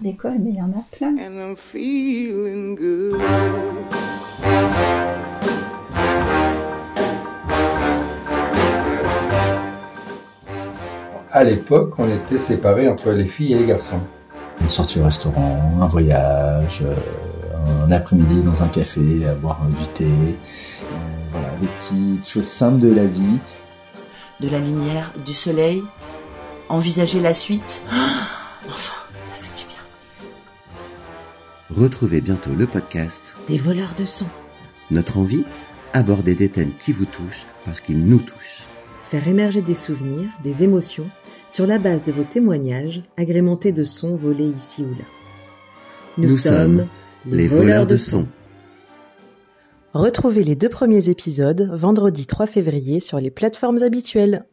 d'école, mais il y en a plein. and I'm feeling good. À l'époque, on était séparés entre les filles et les garçons. Une sortie au restaurant, un voyage, euh, un après-midi dans un café à boire du thé. Euh, voilà, des petites choses simples de la vie. de la lumière, du soleil, envisager la suite. Enfin, ça fait du bien. Retrouvez bientôt le podcast Des voleurs de son. Notre envie Aborder des thèmes qui vous touchent parce qu'ils nous touchent. Faire émerger des souvenirs, des émotions, sur la base de vos témoignages, agrémentés de sons volés ici ou là. Nous, sommes, les voleurs de son. Retrouvez les deux premiers épisodes vendredi 3 février sur les plateformes habituelles.